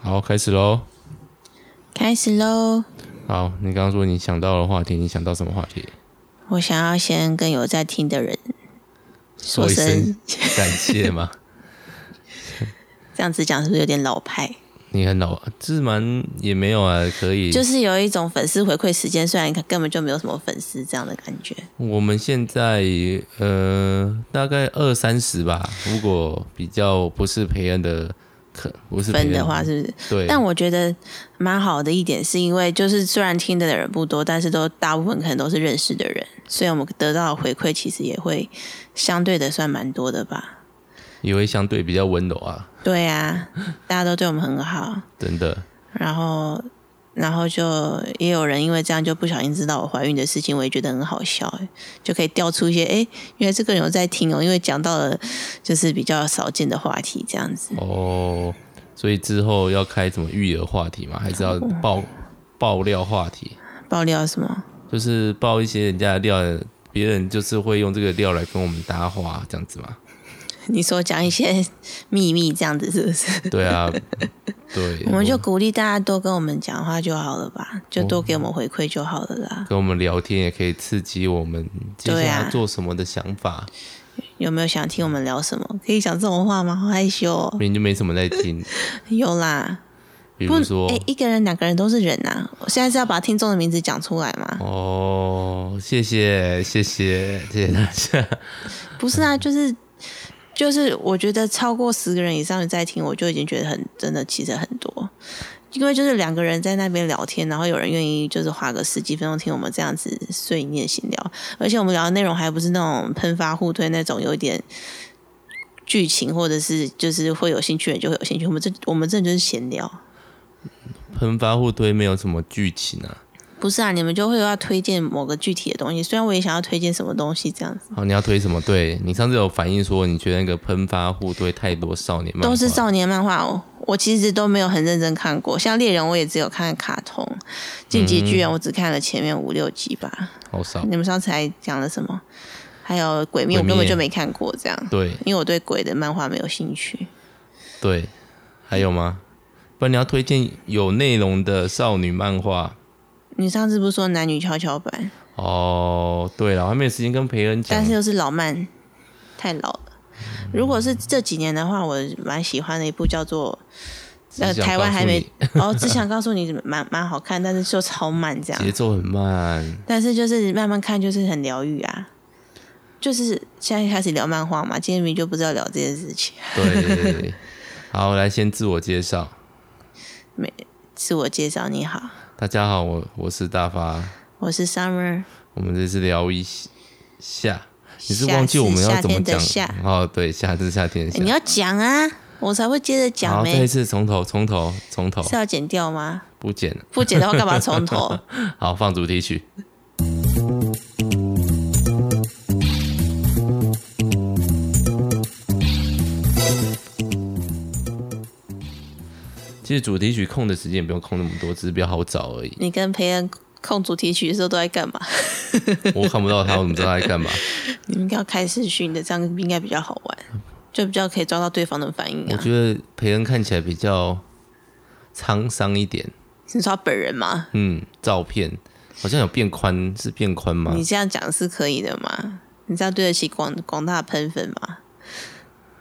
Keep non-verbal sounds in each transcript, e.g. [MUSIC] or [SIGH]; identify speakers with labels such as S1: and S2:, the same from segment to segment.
S1: 好，开始喽。
S2: 开始喽！
S1: 好，你刚刚说你想到的话题，你想到什么话题？
S2: 我想要先跟有在听的人
S1: 说
S2: 说
S1: 一声
S2: 声，
S1: 感谢
S2: [LAUGHS]
S1: 嘛。
S2: 这样子讲，是不是有点老派？
S1: 你很老，这蛮也没有啊，可以。
S2: 就是有一种粉丝回馈时间，虽然根本就没有什么粉丝这样的感觉。
S1: 我们现在呃，大概二三十吧。如果比较不是培恩的可不是培恩
S2: 分的话，是不是？
S1: 对，
S2: 但我觉得蛮好的一点，是因为就是虽然听的人不多，但是都大部分可能都是认识的人，所以我们得到的回馈其实也会相对的算蛮多的吧。
S1: 也会相对比较温柔啊，
S2: 对啊，大家都对我们很好，
S1: 真的。
S2: 然后然后就也有人因为这样就不小心知道我怀孕的事情，我也觉得很好笑，诶就可以调出一些诶，原来这个人有在听哦，因为讲到了就是比较少见的话题这样子。
S1: 哦，所以之后要开什么育儿话题吗？还是要
S2: 嗯
S1: 爆爆料话题？
S2: 爆料什么？
S1: 就是爆一些人家的料，别人就是会用这个料来跟我们搭话，这样子嘛？
S2: 你说讲一些秘密这样子是不是？
S1: 对啊，对，
S2: 我们就鼓励大家多跟我们讲话就好了吧，就多给我们回馈就好了啦。
S1: 跟我们聊天，也可以刺激我们接下
S2: 对
S1: 来
S2: 啊
S1: 做什么的想法。
S2: 有没有想听我们聊什么？可以讲这种话吗？好害羞、哦。
S1: 明明就没什么在
S2: [LAUGHS]
S1: 听，
S2: 有啦，
S1: 比
S2: 不
S1: 如，说
S2: 哎、一个人、两个人都是人啊。我现在是要把听众的名字讲出来吗？
S1: 哦，谢谢谢谢谢谢大家， [LAUGHS]
S2: 不是啊，就是就是，我觉得超过十个人以上你在听，我就已经觉得很真的，其实很多。因为就是两个人在那边聊天，然后有人愿意就是花个十几分钟听我们这样子碎念闲聊，而且我们聊的内容还不是那种喷发互推那种，有一点剧情或者是就是会有兴趣的人就会有兴趣。我们这我们这就是闲聊，
S1: 喷发互推没有什么剧情啊。
S2: 不是啊？你们就会要推荐某个具体的东西，虽然我也想要推荐什么东西这样子，
S1: 好，哦你要推什么？对你上次有反映说，你觉得那个喷发互推太多少年漫画
S2: 都是少年漫画哦。我其实都没有很认真看过，像猎人我也只有看卡通，进击巨人我只看了前面五六集吧。
S1: 好少。
S2: 你们上次还讲了什么？还有鬼灭，
S1: 鬼
S2: 我
S1: 灭
S2: 根本就没看过，这样，
S1: 对
S2: 因为我对鬼的漫画没有兴趣。
S1: 对，还有吗？不然你要推荐有内容的少女漫画
S2: 你上次不是说男女跷跷板，
S1: 哦。对了，我还没有时间跟培恩讲
S2: 但是。呃又是老漫，太老了。如果是这几年的话，我蛮喜欢的一部叫做
S1: 只想
S2: 呃台湾
S1: 告诉
S2: 还没
S1: 你
S2: 《哦，只想告诉你》，蛮蛮好看，但是就超慢这样。
S1: 啊节奏很慢，
S2: 但是就是慢慢看，就是很疗愈啊。就是现在开始聊漫画嘛，今天明明就不知道聊这件事情。 [LAUGHS]
S1: 对。好，来先自我介绍。
S2: 自我介绍，你好，
S1: 大家好，我我是大发，
S2: 我是 Summer。
S1: 我们这次聊一下。你是
S2: 夏
S1: 忘记我们要
S2: 夏
S1: 怎么
S2: 天的
S1: 讲
S2: 夏？
S1: 哦，对，夏是夏天的
S2: 欸你
S1: 夏。
S2: 要讲啊，我才会接着
S1: 好，
S2: 讲
S1: 再一
S2: 没？
S1: 次从头，从头，从头，
S2: 是要剪掉吗？
S1: 不剪了。
S2: 不剪的话，干嘛从头？ [LAUGHS]。
S1: 好，放主题曲。其实主题曲空的时间也不用空那么多，只是比较好找而已
S2: 你跟培恩控主题曲的时候都在干嘛？
S1: 我看不到他，我怎么知道他在干嘛？
S2: 你们应该要开视讯的，这样应该比较好玩，就比较可以抓到对方的反应
S1: 我
S2: 啊。
S1: 觉得培恩看起来比较沧桑一点，
S2: 你说他本人吗？
S1: 嗯，照片好像有变宽，是变宽吗？
S2: 你这样讲是可以的吗？你这样对得起广广大喷粉吗？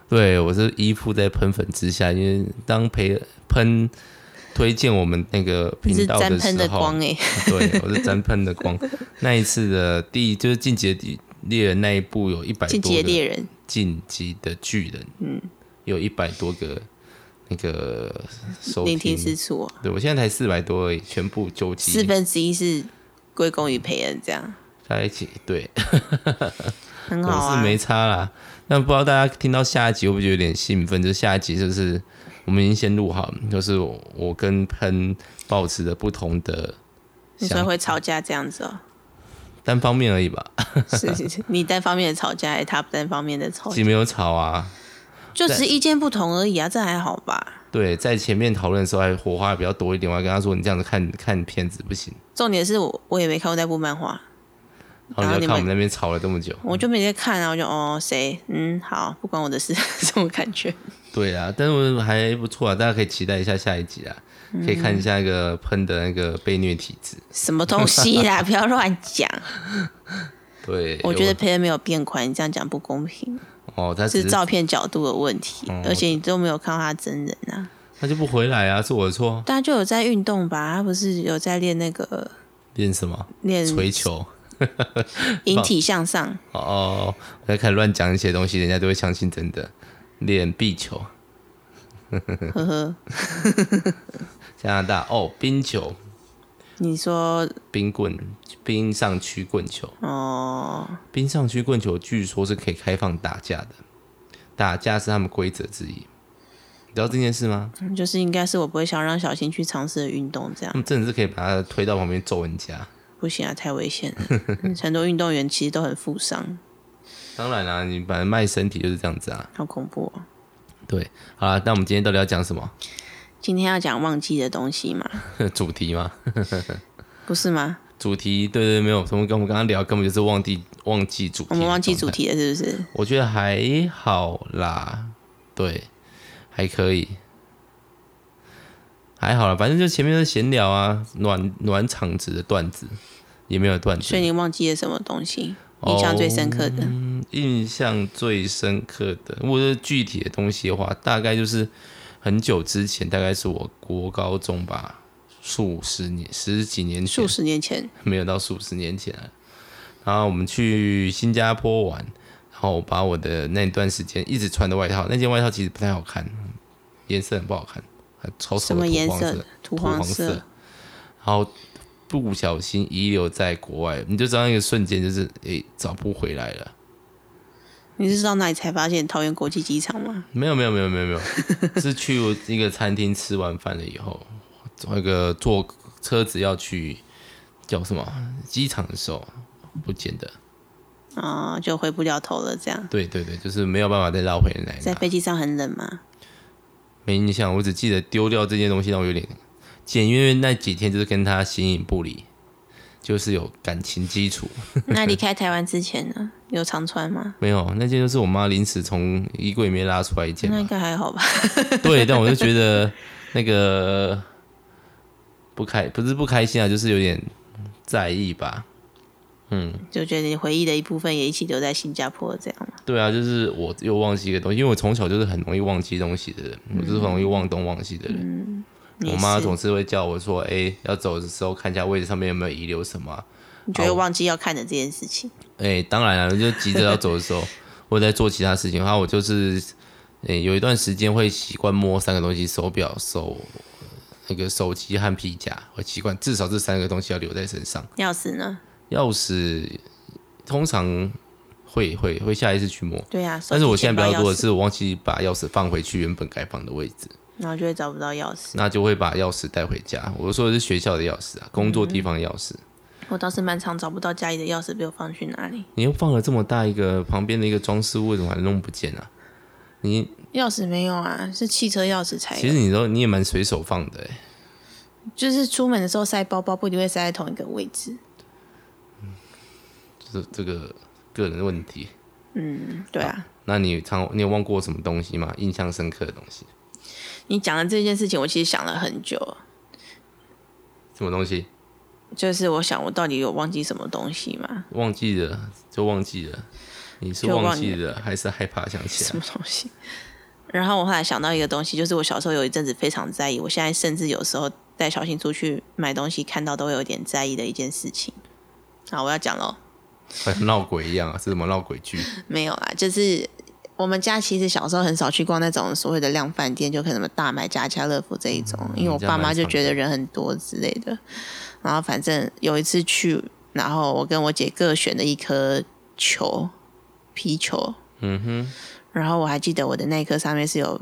S1: 对，我是依附在喷粉之下，因为当培喷推荐我们那个
S2: 你
S1: 频
S2: 是
S1: 道
S2: 沾
S1: 时
S2: 喷的
S1: 候，
S2: 光哎、
S1: 对，我是沾喷的
S2: [LAUGHS]
S1: 光。那一次的第一就是《进击的猎人》那一部有一百多
S2: 进
S1: 个
S2: 阶
S1: 《
S2: 猎人，
S1: 进击的巨人》，嗯，有一百多个那个收
S2: 聆
S1: 听
S2: 听之处、哦，
S1: 对我现在才四百多而已，全部九
S2: 四
S1: 集
S2: 分之一是归功于培恩，这样
S1: 在一起，对，
S2: 很
S1: 我
S2: 好
S1: 是
S2: 啊。
S1: 没差啦。那不知道大家听到下一集会不会觉得有点兴奋？就是下一集就是 [LAUGHS] 我们已经先录好，就是我我跟喷保持的不同的
S2: 你说
S1: 想
S2: 会吵架这样子哦、
S1: 单方面而已吧，
S2: 是是是，你单方面的吵架，还是他单方面的
S1: [LAUGHS]
S2: 吵
S1: 既
S2: 架，
S1: 没有吵啊。
S2: 就只是意见不同而已啊，这还好吧？
S1: 对，在前面讨论的时候还火花比较多一点，我还跟他说你这样子看看片子不行。
S2: 重点是我我也没看过那部漫画，
S1: 然后
S2: 然
S1: 你
S2: 后啊
S1: 就
S2: 你们
S1: 看我们那边吵了这么久，
S2: [LAUGHS] 我就没在看啊，我就哦谁嗯好，不关我的事，这种感觉。
S1: 对啊，但是我还不错啊，大家可以期待一下下一集啊，
S2: 嗯
S1: 可以看一下那个喷的那个被虐体质。
S2: 什么东西啦？ [LAUGHS] 不要乱讲。
S1: [LAUGHS] 对，
S2: 我觉得培恩没有变宽，你这样讲不公平，
S1: 哦，他只
S2: 是
S1: 是哦
S2: 照片角度的问题，而且你都没有看到他真人啊。
S1: 他就不回来啊，是我的错。
S2: 大家就有在运动吧？他不是有在练那个
S1: 练什么？
S2: 练
S1: 锤球。
S2: 引体向上，
S1: 哦哦，我在开始乱讲一些东西，人家都会相信真的。练壁球，
S2: 呵呵。
S1: 加拿大哦，冰球、
S2: 你说
S1: 冰棍、冰上曲棍球、
S2: 哦，
S1: 冰上曲棍球，据说是可以开放打架的，打架是他们规则之一。你知道这件事吗？
S2: 就是应该是我不会想让小新去尝试的运动，这样
S1: 他们真的是可以把他推到旁边揍人家。
S2: 不行啊，太危险了。 [LAUGHS] 嗯很多运动员其实都很负伤，
S1: 当然啦、你本来卖身体就是这样子啊。
S2: 好恐怖哦。
S1: 对，好啦，那我们今天到底要讲什么 [LAUGHS]
S2: 今天要讲忘记的东西嘛，
S1: 主题吗？
S2: 不是吗？
S1: 主题对对，没有，我们跟我们刚刚聊根本就是忘记忘记主题，
S2: 我们忘记主，题了，是不是？
S1: 我觉得还好啦，对，还可以，还好啦，反正就前面的闲聊啊，暖暖场子的段子也没有段
S2: 所以
S1: 子，
S2: 你忘记了什么东西？印象最深刻的，
S1: 嗯印象最深刻的，如果是具体的东西的话，大概就是很久之前，大概是我国高中吧，数十年十几年前
S2: 数，十年前，
S1: 没有到数十年前了。然后我们去新加坡玩，然后我把我的那段时间一直穿的外套，那件外套其实不太好看，颜色很不好看，还超
S2: 什
S1: 丑
S2: 么
S1: 的
S2: 颜
S1: 土黄色
S2: 色，？土
S1: 土黄色，
S2: 色。
S1: 然后不小心遗留在国外，你就知道那个瞬间就是诶、找不回来了。
S2: 你是到哪里才发现桃园国际机场吗？
S1: 没有没有没有没有没有，是去一个餐厅吃完饭了以后，那个坐车子要去叫什么机场的时候不见得。
S2: 啊、就回不了头了，这样。
S1: 对对对，就是没有办法再绕回来
S2: 在
S1: 拿。
S2: 飞机上很冷吗？
S1: 没印象，我只记得丢掉这件东西让我有点简约。那几天就是跟他形影不离，就是有感情基础。
S2: [LAUGHS] 那
S1: [LAUGHS]
S2: 离开台湾之前呢，有常穿吗？
S1: 没有那件就是我妈临时从衣柜里面拉出来一件
S2: 那应 [LAUGHS]
S1: 嘛。
S2: 该还好吧。
S1: 对，但我就觉得那个不开不是不开心啊，就是有点在意吧。
S2: 就觉得你回忆的一部分也一起留在新加坡，这样嘛。
S1: 对啊，就是我又忘记一个东西，因为我从小就是很容易忘记东西的人，我就是很容易忘东忘西的人。
S2: 你
S1: 我妈
S2: 是
S1: 总是会叫我说：“哎、要走的时候看一下位置上面有没有遗留什么啊、
S2: 你就会忘记要看的这件事情。
S1: 哎、当然了，就急着要走的时候，我在做其他事情，然后我就是，哎、有一段时间会习惯摸三个东西：手表、手那个手机和皮夹。我习惯至少这三个东西要留在身上。
S2: 钥匙呢？
S1: 钥匙通常会会会下意识去摸，
S2: 对呀、手
S1: 但是
S2: 机
S1: 我现在比
S2: 钱
S1: 较
S2: 包
S1: 多
S2: 钥
S1: 的
S2: 匙，
S1: 是，我忘记把钥匙放回去原本该放的位置，
S2: 然后就会找不到钥匙。
S1: 那就会把钥匙带回家。我说的是学校的钥匙啊，工作地方的钥匙。
S2: 我倒是蛮常找不到家里的钥匙被我放去哪里。
S1: 你又放了这么大一个旁边的一个装饰物，怎么还弄不见啊？你
S2: 钥匙没有啊，是汽车钥匙才有。
S1: 其实你都你也蛮随手放的欸，
S2: 就是出门的时候塞包包，不一定会塞在同一个位置。
S1: 这这个个人问题。
S2: 嗯，对啊。
S1: 那你常你有忘过什么东西吗？印象深刻的东西？
S2: 你讲的这件事情，我其实想了很久，
S1: 什么东西
S2: 就是我想我到底有忘记什么东西吗？
S1: 忘记了就忘记了？你是
S2: 就忘
S1: 忘记了还是害怕想起
S2: 什
S1: 来？
S2: 么东西？然后我后来想到一个东西，就是我小时候有一阵子非常在意，我现在甚至有时候带小新出去买东西，看到都会有点在意的一件事情。好，我要讲喽。
S1: 好像闹鬼一样啊？是什么闹鬼剧？
S2: 没有啦，就是我们家其实小时候很少去逛那种所谓的量贩店，就可能什么大买家、家乐福这一种，因为我爸妈就觉得人很多之类的。然后反正有一次去，然后我跟我姐各选了一颗球，皮球。
S1: 嗯哼，
S2: 然后我还记得我的那一颗上面是有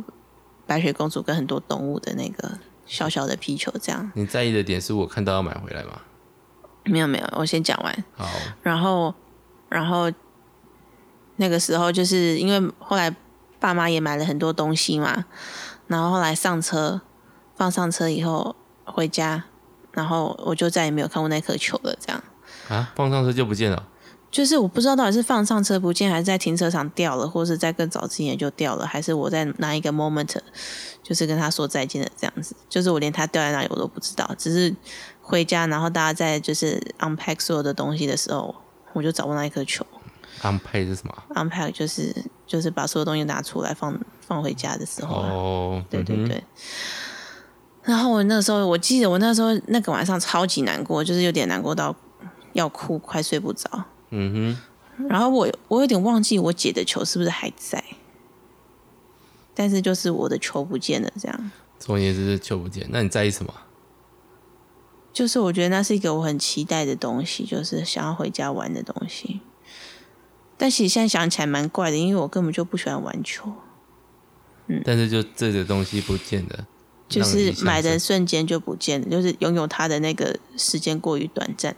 S2: 白雪公主跟很多动物的那个小小的皮球，这样
S1: 你在意的点是我看到要买回来吗？
S2: 没有没有，我先讲完。
S1: 好，
S2: 然后，然后那个时候就是因为后来爸妈也买了很多东西嘛，然后后来上车放上车以后回家，然后我就再也没有看过那颗球了。这样
S1: 啊，放上车就不见了，
S2: 就是我不知道到底是放上车不见，还是在停车场掉了，或是在更早之前就掉了，还是我在哪一个 moment 就是跟他说再见的这样子，就是我连他掉在哪里我都不知道，只是回家然后大家在就是 unpack 所有的东西的时候，我就找不到一颗球
S1: 安排是什么啊？
S2: ，unpack 就是就是把所有东西拿出来放放回家的时候啊、
S1: 哦，
S2: 对对
S1: 嗯哼
S2: 对。然后我那时候，我记得我那时候那个晚上超级难过，就是有点难过到要哭，快睡不着。
S1: 嗯哼，
S2: 然后我我有点忘记我姐的球是不是还在，但是就是我的球不见了，这样。
S1: 总而言之是求不见。那你在意什么啊？
S2: 就是我觉得那是一个我很期待的东西，就是想要回家玩的东西。但其实现在想起来蛮怪的，因为我根本就不喜欢玩球，
S1: 但是就这个东西不见了，
S2: 就
S1: 让你
S2: 是
S1: 想
S2: 买的瞬间就不见了，就是拥有它的那个时间过于短暂，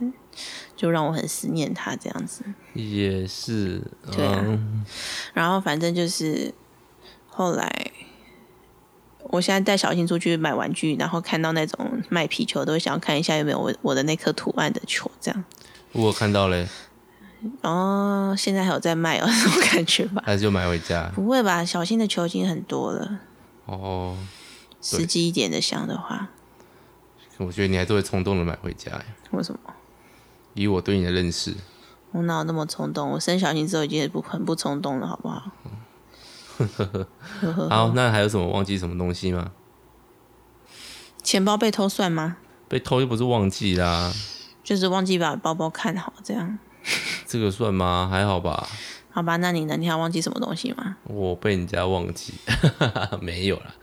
S2: 就让我很思念它这样子。
S1: 也是，
S2: 对啊
S1: 嗯，
S2: 然后反正就是后来，我现在带小新出去买玩具，然后看到那种卖皮球，都会想要看一下有没有我我的那颗图案的球这样。
S1: 我有看到嘞，
S2: 然后现在还有在卖哦，这种感觉
S1: [LAUGHS]
S2: 吧？
S1: 还是就买回家。
S2: 不会吧？小新的球已经很多了，
S1: 哦，
S2: 实际一点的想的话，
S1: 我觉得你还是会冲动的买回家耶。
S2: 为什么？
S1: 以我对你的认识，
S2: 我哪有那么冲动？我生小新之后已经很不很不冲动了，好不好？呵呵呵，
S1: 好，那还有什么忘记什么东西吗？
S2: 钱包被偷算吗？
S1: 被偷又不是忘记啦，
S2: 就是忘记把包包看好，这样
S1: 这个算吗？还好吧，
S2: 好吧？那你呢？你还忘记什么东西吗？
S1: 我被人家忘记， [LAUGHS] 没有啦，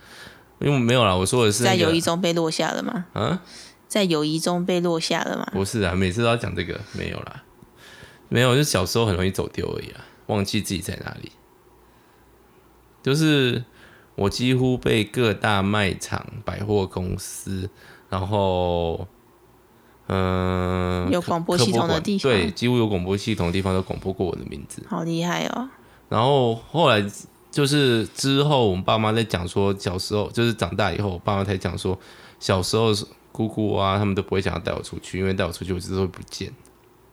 S1: 因为没有啦。我说的是、那
S2: 在
S1: 个、
S2: 友谊中被落下了吗？
S1: 啊，
S2: 在友谊中被落下了吗？
S1: [LAUGHS] 不是啊，每次都要讲这个，没有啦，没有，就小时候很容易走丢而已啊，忘记自己在哪里。就是我几乎被各大卖场、百货公司，然后嗯、
S2: 有
S1: 科
S2: 广播
S1: 科
S2: 系统的
S1: 馆
S2: 地
S1: 对，
S2: 方
S1: 几乎有广播系统的地方都广播过我的名字。
S2: 好厉害哦！
S1: 然后后来就是之后，我们爸妈在讲说，小时候就是长大以后，我爸妈才讲说，小时候姑姑啊，他们都不会想要带我出去，因为带我出去我就是会不见。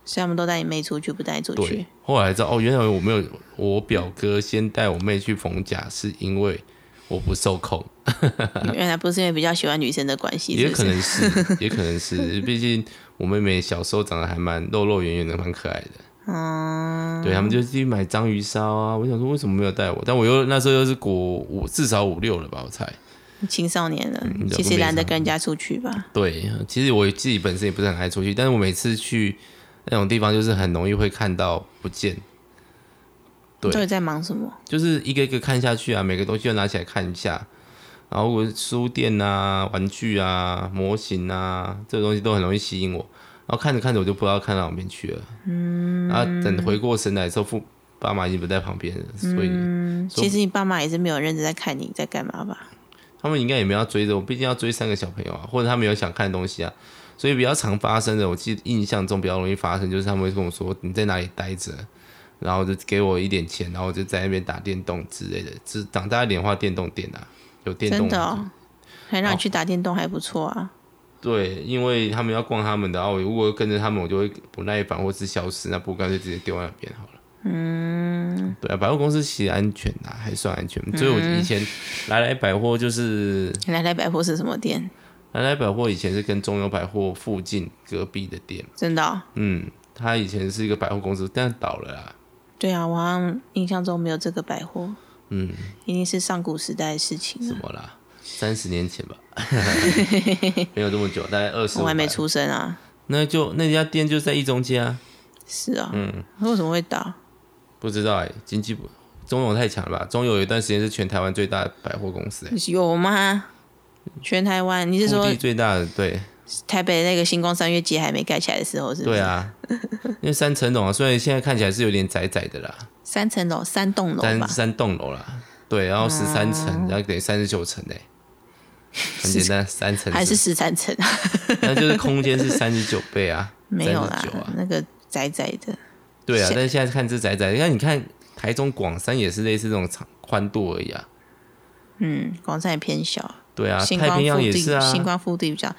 S2: 所以他们都带你妹出去，不带你出
S1: 对
S2: 去。，
S1: 后来知道哦，原来我没有，我表哥先带我妹去逢甲，是因为我不受控， [LAUGHS]
S2: 原来不是因为比较喜欢女生的关系，
S1: 也
S2: 是不
S1: 可
S2: 是？
S1: 能是， [LAUGHS] 也可能是，毕竟我妹妹小时候长得还蛮肉肉圆圆的，蛮可爱的。
S2: 嗯，
S1: 对他们就去买章鱼烧啊，我想说为什么没有带我？但我又那时候又是国五，至少五六了吧，我猜。
S2: 青少年了，
S1: 嗯
S2: 其实懒得跟人家出去吧。
S1: 对，其实我自己本身也不是很爱出去，但是我每次去那种地方，就是很容易会看到不见，对
S2: 到底在忙什么？
S1: 就是一个一个看下去啊，每个东西都拿起来看一下。然后我书店啊、玩具啊、模型啊，这个东西都很容易吸引我。然后看着看着，我就不知道看到哪边去了。嗯，然后等回过神来的时候，父爸妈已经不在旁边了，所以
S2: 嗯，
S1: 说
S2: 其实你爸妈也是没有认真在看你在干嘛吧？
S1: 他们应该也没有要追着我，毕竟要追三个小朋友啊，或者他们有想看的东西啊，所以比较常发生的，我记得印象中比较容易发生就是他们会跟我说你在哪里待着，然后就给我一点钱，然后我就在那边打电动之类的，只长大一点的话电动店啊，哦有电动
S2: 真的哦，还让你去打电动还不错啊。
S1: 对，因为他们要逛他们的，然后啊我如果跟着他们，我就会不耐烦或是消失，那不如干脆直接丢在那边好了。嗯，对啊，百货公司其实安全啦，还算安全。所以我以
S2: 嗯
S1: 前来来百货就是
S2: 来来百货是什么店？
S1: 南来百货以前是跟中友百货附近隔壁的店，
S2: 真的哦、
S1: 嗯，它以前是一个百货公司，但倒了啦。
S2: 对啊，我好像印象中没有这个百货，
S1: 嗯，
S2: 一定是上古时代的事情
S1: 什
S2: 了。
S1: 么啦？三十年前吧， [LAUGHS] 没有这么久，大概二十。
S2: 我还没。出生啊。
S1: 那就那家店就在一中街啊，
S2: 是啊，嗯，为什么会倒？
S1: 不知道哎、经济部中友太强了吧？中友有一段时间是全台湾最大的百货公司、欸，
S2: 有吗？全台湾，你是
S1: 腹
S2: 说
S1: 地最大的，对
S2: 台北那个星光三月街还没盖起来的时候，是不是？
S1: 对，
S2: [LAUGHS]
S1: 啊，因为三层楼啊，虽然现在看起来是有点窄窄的啦，
S2: 三层楼、三栋楼
S1: 三
S2: 吧，
S1: 三栋楼啦，对，然后十三层，然后等于三十九层哎，很简单，三层
S2: 还是十三层？ [LAUGHS]
S1: 那就是空间是三十九倍啊，
S2: 没有啦
S1: 39，啊，
S2: 那个窄窄的，
S1: 对啊
S2: 现，
S1: 但是现在看这窄窄，你看你看台中广山也是类似这种长宽度而已啊，
S2: 嗯，广山也偏小，
S1: 对啊，
S2: 星
S1: 太
S2: 光
S1: 平
S2: 腹
S1: 洋也
S2: 地，
S1: 是啊，
S2: 星光腹地比较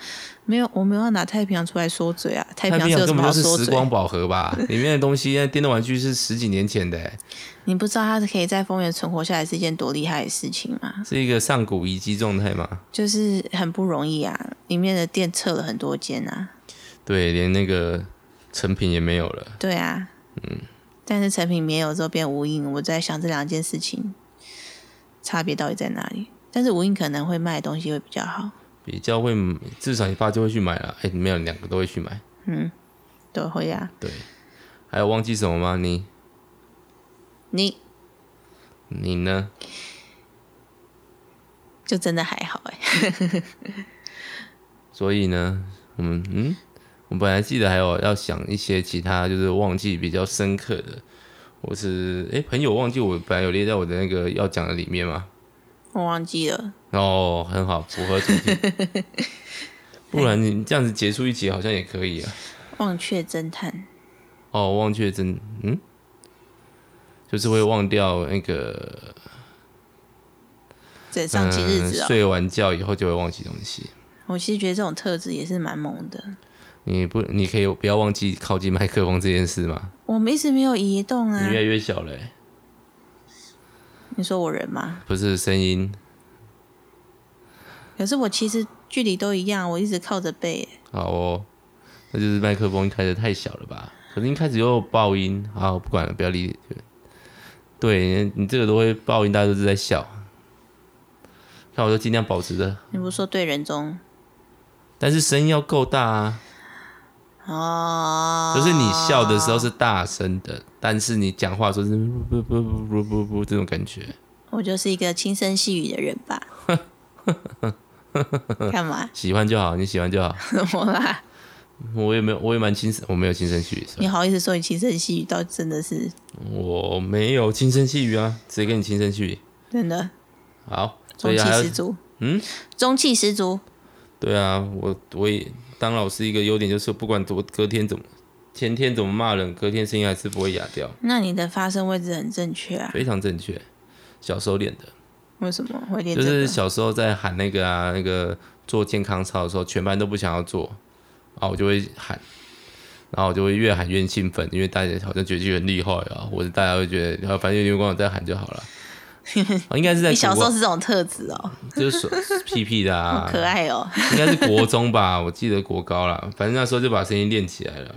S2: 没有，我没有要拿太平洋出来说嘴啊，太
S1: 太平
S2: 平洋是
S1: 洋
S2: 有什
S1: 根
S2: 么
S1: 本就
S2: 好
S1: 是
S2: 说
S1: 时
S2: 嘴？
S1: 光宝盒吧，里面的东西，那电动玩具是十几年前的、欸
S2: 你不知道它是可以在丰原存活下来是一件多厉害的事情吗？
S1: 是一个上古遗迹状态嘛？
S2: 就是很不容易啊，里面的店撤了很多间啊，
S1: 对，连那个成品也没有了。
S2: 对啊，嗯，但是成品没有之后变无印，我在想这两件事情差别到底在哪里？但是无印可能会卖的东西会比较好，
S1: 比较会，至少你爸就会去买了。哎、没有，两个都会去买。
S2: 对，会啊，
S1: 对，还有忘记什么吗？你
S2: 你
S1: 你呢？
S2: 就真的还好哎、
S1: 所以呢，我们嗯，我本来记得还有要想一些其他，就是忘记比较深刻的，我是哎、朋友忘记我本来有列在我的那个要讲的里面嘛。
S2: [LAUGHS] 我忘记了，
S1: 哦，很好，符合主题。
S2: [LAUGHS]
S1: 不然你这样子结束一集好像也可以啊。
S2: 忘却侦探，
S1: 哦，忘却真嗯，就是会忘掉那个
S2: 这上期日子
S1: 嗯
S2: 哦、
S1: 睡完觉以后就会忘记东西。
S2: 我其实觉得这种特质也是蛮猛的。
S1: 你不，你可以不要忘记靠近麦克风这件事嘛。
S2: 我们一直没有移动啊
S1: 你，越来越小了欸、
S2: 你说我人吗？
S1: 不是声音
S2: 可是我其实距离都一样，我一直靠着背耶、
S1: 好哦，那就是麦克风开的太小了吧？可是一开始又有爆音，好，不管了，不要理。对你这个都会爆音，大家都是在笑。看我就尽量保持着，
S2: 你不是说对人中
S1: 但是声音要够大啊，
S2: 哦？
S1: 就是你笑的时候是大声的，但是你讲话的时候是不不不不不不这种感觉。
S2: 我就是一个轻声细语的人
S1: [LAUGHS]
S2: 吧？干嘛？
S1: 喜欢就好，你喜欢就好。
S2: 怎么啦？
S1: 我也没有，我也蛮轻声，我没有轻声细语，是吧
S2: 你好意思说你轻声细语？倒真的是
S1: 我没有轻声细语啊，谁跟你轻声细语？
S2: 真的
S1: 好，所
S2: 中
S1: 以
S2: 气
S1: 还要
S2: 十足，
S1: 嗯，
S2: 中气十足。
S1: 对啊，我我也当老师一个优点就是，不管昨隔天怎么前天怎么骂人，隔天声音还是不会哑掉，
S2: 那你的发声位置很正确啊？
S1: 非常正确。小时候练的，
S2: 为什么会练
S1: 就
S2: 这
S1: 是
S2: 个？
S1: 小时候在喊那个啊那个做健康操的时候，全班都不想要做，啊，我就会喊，然后我就会越喊越兴奋，因为大家好像觉得自己很厉害啊，或者大家会觉得，啊反正有光我在喊就好
S2: [LAUGHS]
S1: 了。啊应该是在
S2: 你小时
S1: 国
S2: 候是这种特质哦，
S1: 就是手 [LAUGHS] 屁屁的啊，
S2: 可爱哦。
S1: 应该是国中吧， [LAUGHS] 我记得国高啦，反正那时候就把声音练起来了，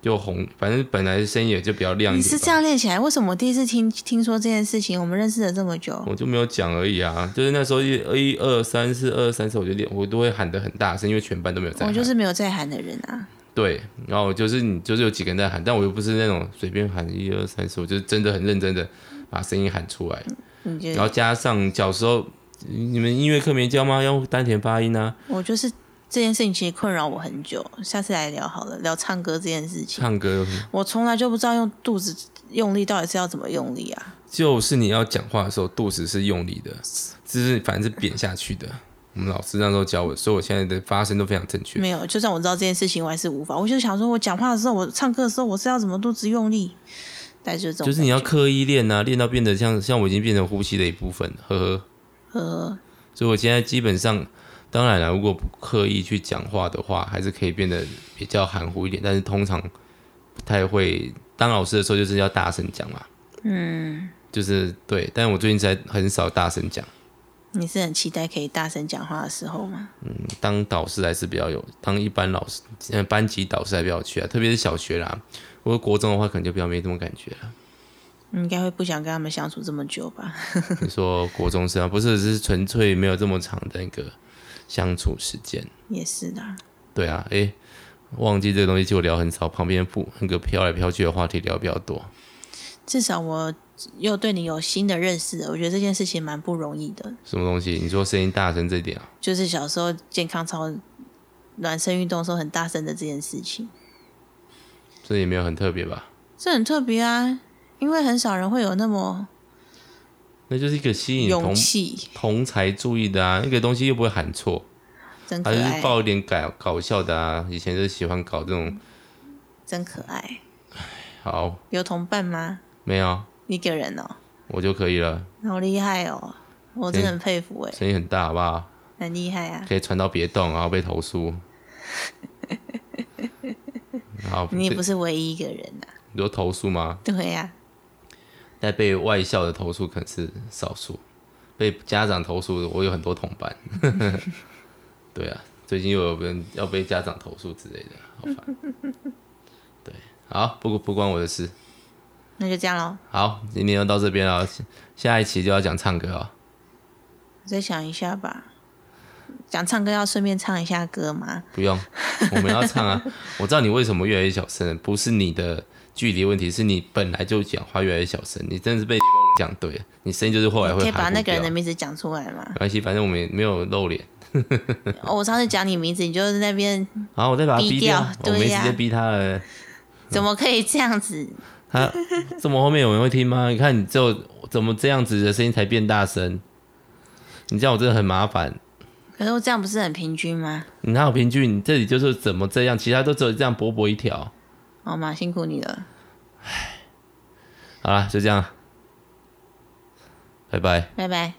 S1: 就红，反正本来声音也就比较亮一
S2: 你
S1: 点吧。
S2: 是这样练起来？为什么我第一次听听说这件事情？我们认识了这么久，
S1: 我就没有讲而已啊，就是那时候一一二三四二三四，我就练，我都会喊得很大声，因为全班都没有在
S2: 我
S1: 喊。
S2: 哦就是没有在喊的人啊。
S1: 对，然后就是你就是有几个人在喊，但我又不是那种随便喊一二三四，我就是真的很认真的把声音喊出来，
S2: 你就
S1: 然后加上小时候你们音乐课没教吗？要丹田发音啊，
S2: 我就是这件事情，其实困扰我很久。下次来聊好了，聊唱歌这件事情。
S1: 唱歌有什么
S2: 我从来就不知道用肚子用力到底是要怎么用力啊。
S1: 就是你要讲话的时候，肚子是用力的，就是反正是扁下去 [LAUGHS] 的。我们老师那时候教我，所以我现在的发声都非常正确。
S2: 没有，就算我知道这件事情，我还是无法。我就想说，我讲话的时候，我唱歌的时候，我是要怎么肚子用力？但就是这
S1: 就
S2: 种感觉，
S1: 是你要刻意练啊，练到变得像像我已经变成呼吸的一部分了，呵呵。
S2: 呃，
S1: 所以我现在基本上，当然了，如果不刻意去讲话的话，还是可以变得比较含糊一点。但是通常不太会当老师的时候，就是要大声讲嘛。嗯，就是对。但我最近才很少大声讲。
S2: 你是很期待可以大声讲话的时候吗？
S1: 当导师还是比较有，当一般老师，呃，班级导师还比较有趣啊，特别是小学啦。如果国中的话，可能就比较没这种感觉啊了。
S2: 你应该会不想跟他们相处这么久吧？
S1: 你说国中生啊，不是，只是纯粹没有这么长的那个相处时间。
S2: 也是的啊。
S1: 对啊，诶、忘记这个东西就聊很少，旁边不那个飘来飘去的话题聊比较多。
S2: 至少我又对你有新的认识了，我觉得这件事情蛮不容易的。
S1: 什么东西？你说声音大声这一点啊？
S2: 就是小时候健康操、暖身运动的时候很大声的这件事情，
S1: 这也没有很特别吧？
S2: 这很特别啊，因为很少人会有那么
S1: 那就是一个吸引
S2: 勇
S1: 同
S2: 气，
S1: 同才注意的啊，那个东西又不会喊错。
S2: 真可
S1: 还
S2: 爱
S1: 是，爆一点搞搞笑的啊！以前就喜欢搞这种，
S2: 真可爱。
S1: 好
S2: 有同伴吗？
S1: 没有
S2: 一个人哦，
S1: 我就可以了。
S2: 好厉害哦！我真的很佩服哎、
S1: 声音很大，好不好？
S2: 很厉害啊！
S1: 可以传到别动，然后被投
S2: [LAUGHS]
S1: 诉。好，
S2: 你也
S1: 这
S2: 不是唯一一个人呐、啊，
S1: 你说投诉吗？
S2: 对啊呀、
S1: 但被外校的投诉可能是少数，被家长投诉的我有很多同
S2: [LAUGHS]
S1: 伴。对啊，最近又有人要被家长投诉之类的，好烦。对，好，不不关我的事。
S2: 那就这样喽。
S1: 好，今天就到这边了，下一期就要讲唱歌啊。
S2: 我再想一下吧。讲唱歌要顺便唱一下歌吗？
S1: 不
S2: [LAUGHS]
S1: 用，我们要唱啊！我知道你为什么越来越小声了，不是你的距离问题，是你本来就讲话越来越小声，你真的是被讲对了，你声音就是后来会
S2: 可以
S1: 含
S2: 把
S1: 糊
S2: 那个人
S1: 掉
S2: 的名字讲出来吗
S1: [LAUGHS] 没？关系，反正我们也没有露脸。
S2: 哦，我上次讲你名字，你就在那边
S1: 然后我再把他
S2: 逼
S1: 逼掉，我
S2: 掉
S1: 没
S2: 对
S1: 直
S2: 呀
S1: 接逼他了。
S2: 怎么可以这样子？
S1: 他这么后面有人会听吗？你看你只有怎么这样子的声音才变大声，你这样我真的很麻烦。
S2: 可是我这样不是很平均吗？
S1: 你哪有平均？你这里就是怎么这样，其他都只有这样薄薄一条。
S2: 好嘛，辛苦你了，
S1: 好了，就这样，拜拜。
S2: 拜拜。